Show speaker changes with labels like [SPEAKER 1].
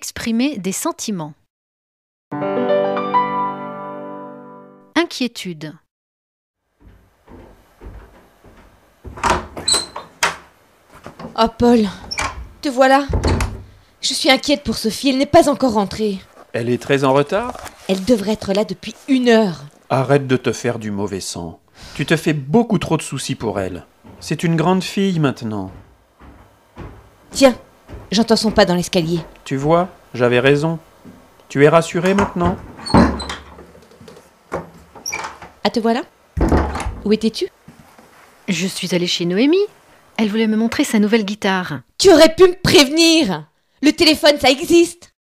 [SPEAKER 1] exprimer des sentiments. Inquiétude.
[SPEAKER 2] Oh Paul, te voilà. Je suis inquiète pour Sophie, elle n'est pas encore rentrée.
[SPEAKER 3] Elle est très en retard
[SPEAKER 2] Elle devrait être là depuis une heure.
[SPEAKER 3] Arrête de te faire du mauvais sang. Tu te fais beaucoup trop de soucis pour elle. C'est une grande fille maintenant.
[SPEAKER 2] Tiens, j'entends son pas dans l'escalier.
[SPEAKER 3] Tu vois, j'avais raison. Tu es rassurée maintenant
[SPEAKER 2] Ah te voilà Où étais-tu
[SPEAKER 1] Je suis allée chez Noémie. Elle voulait me montrer sa nouvelle guitare.
[SPEAKER 2] Tu aurais pu me prévenir Le téléphone, ça existe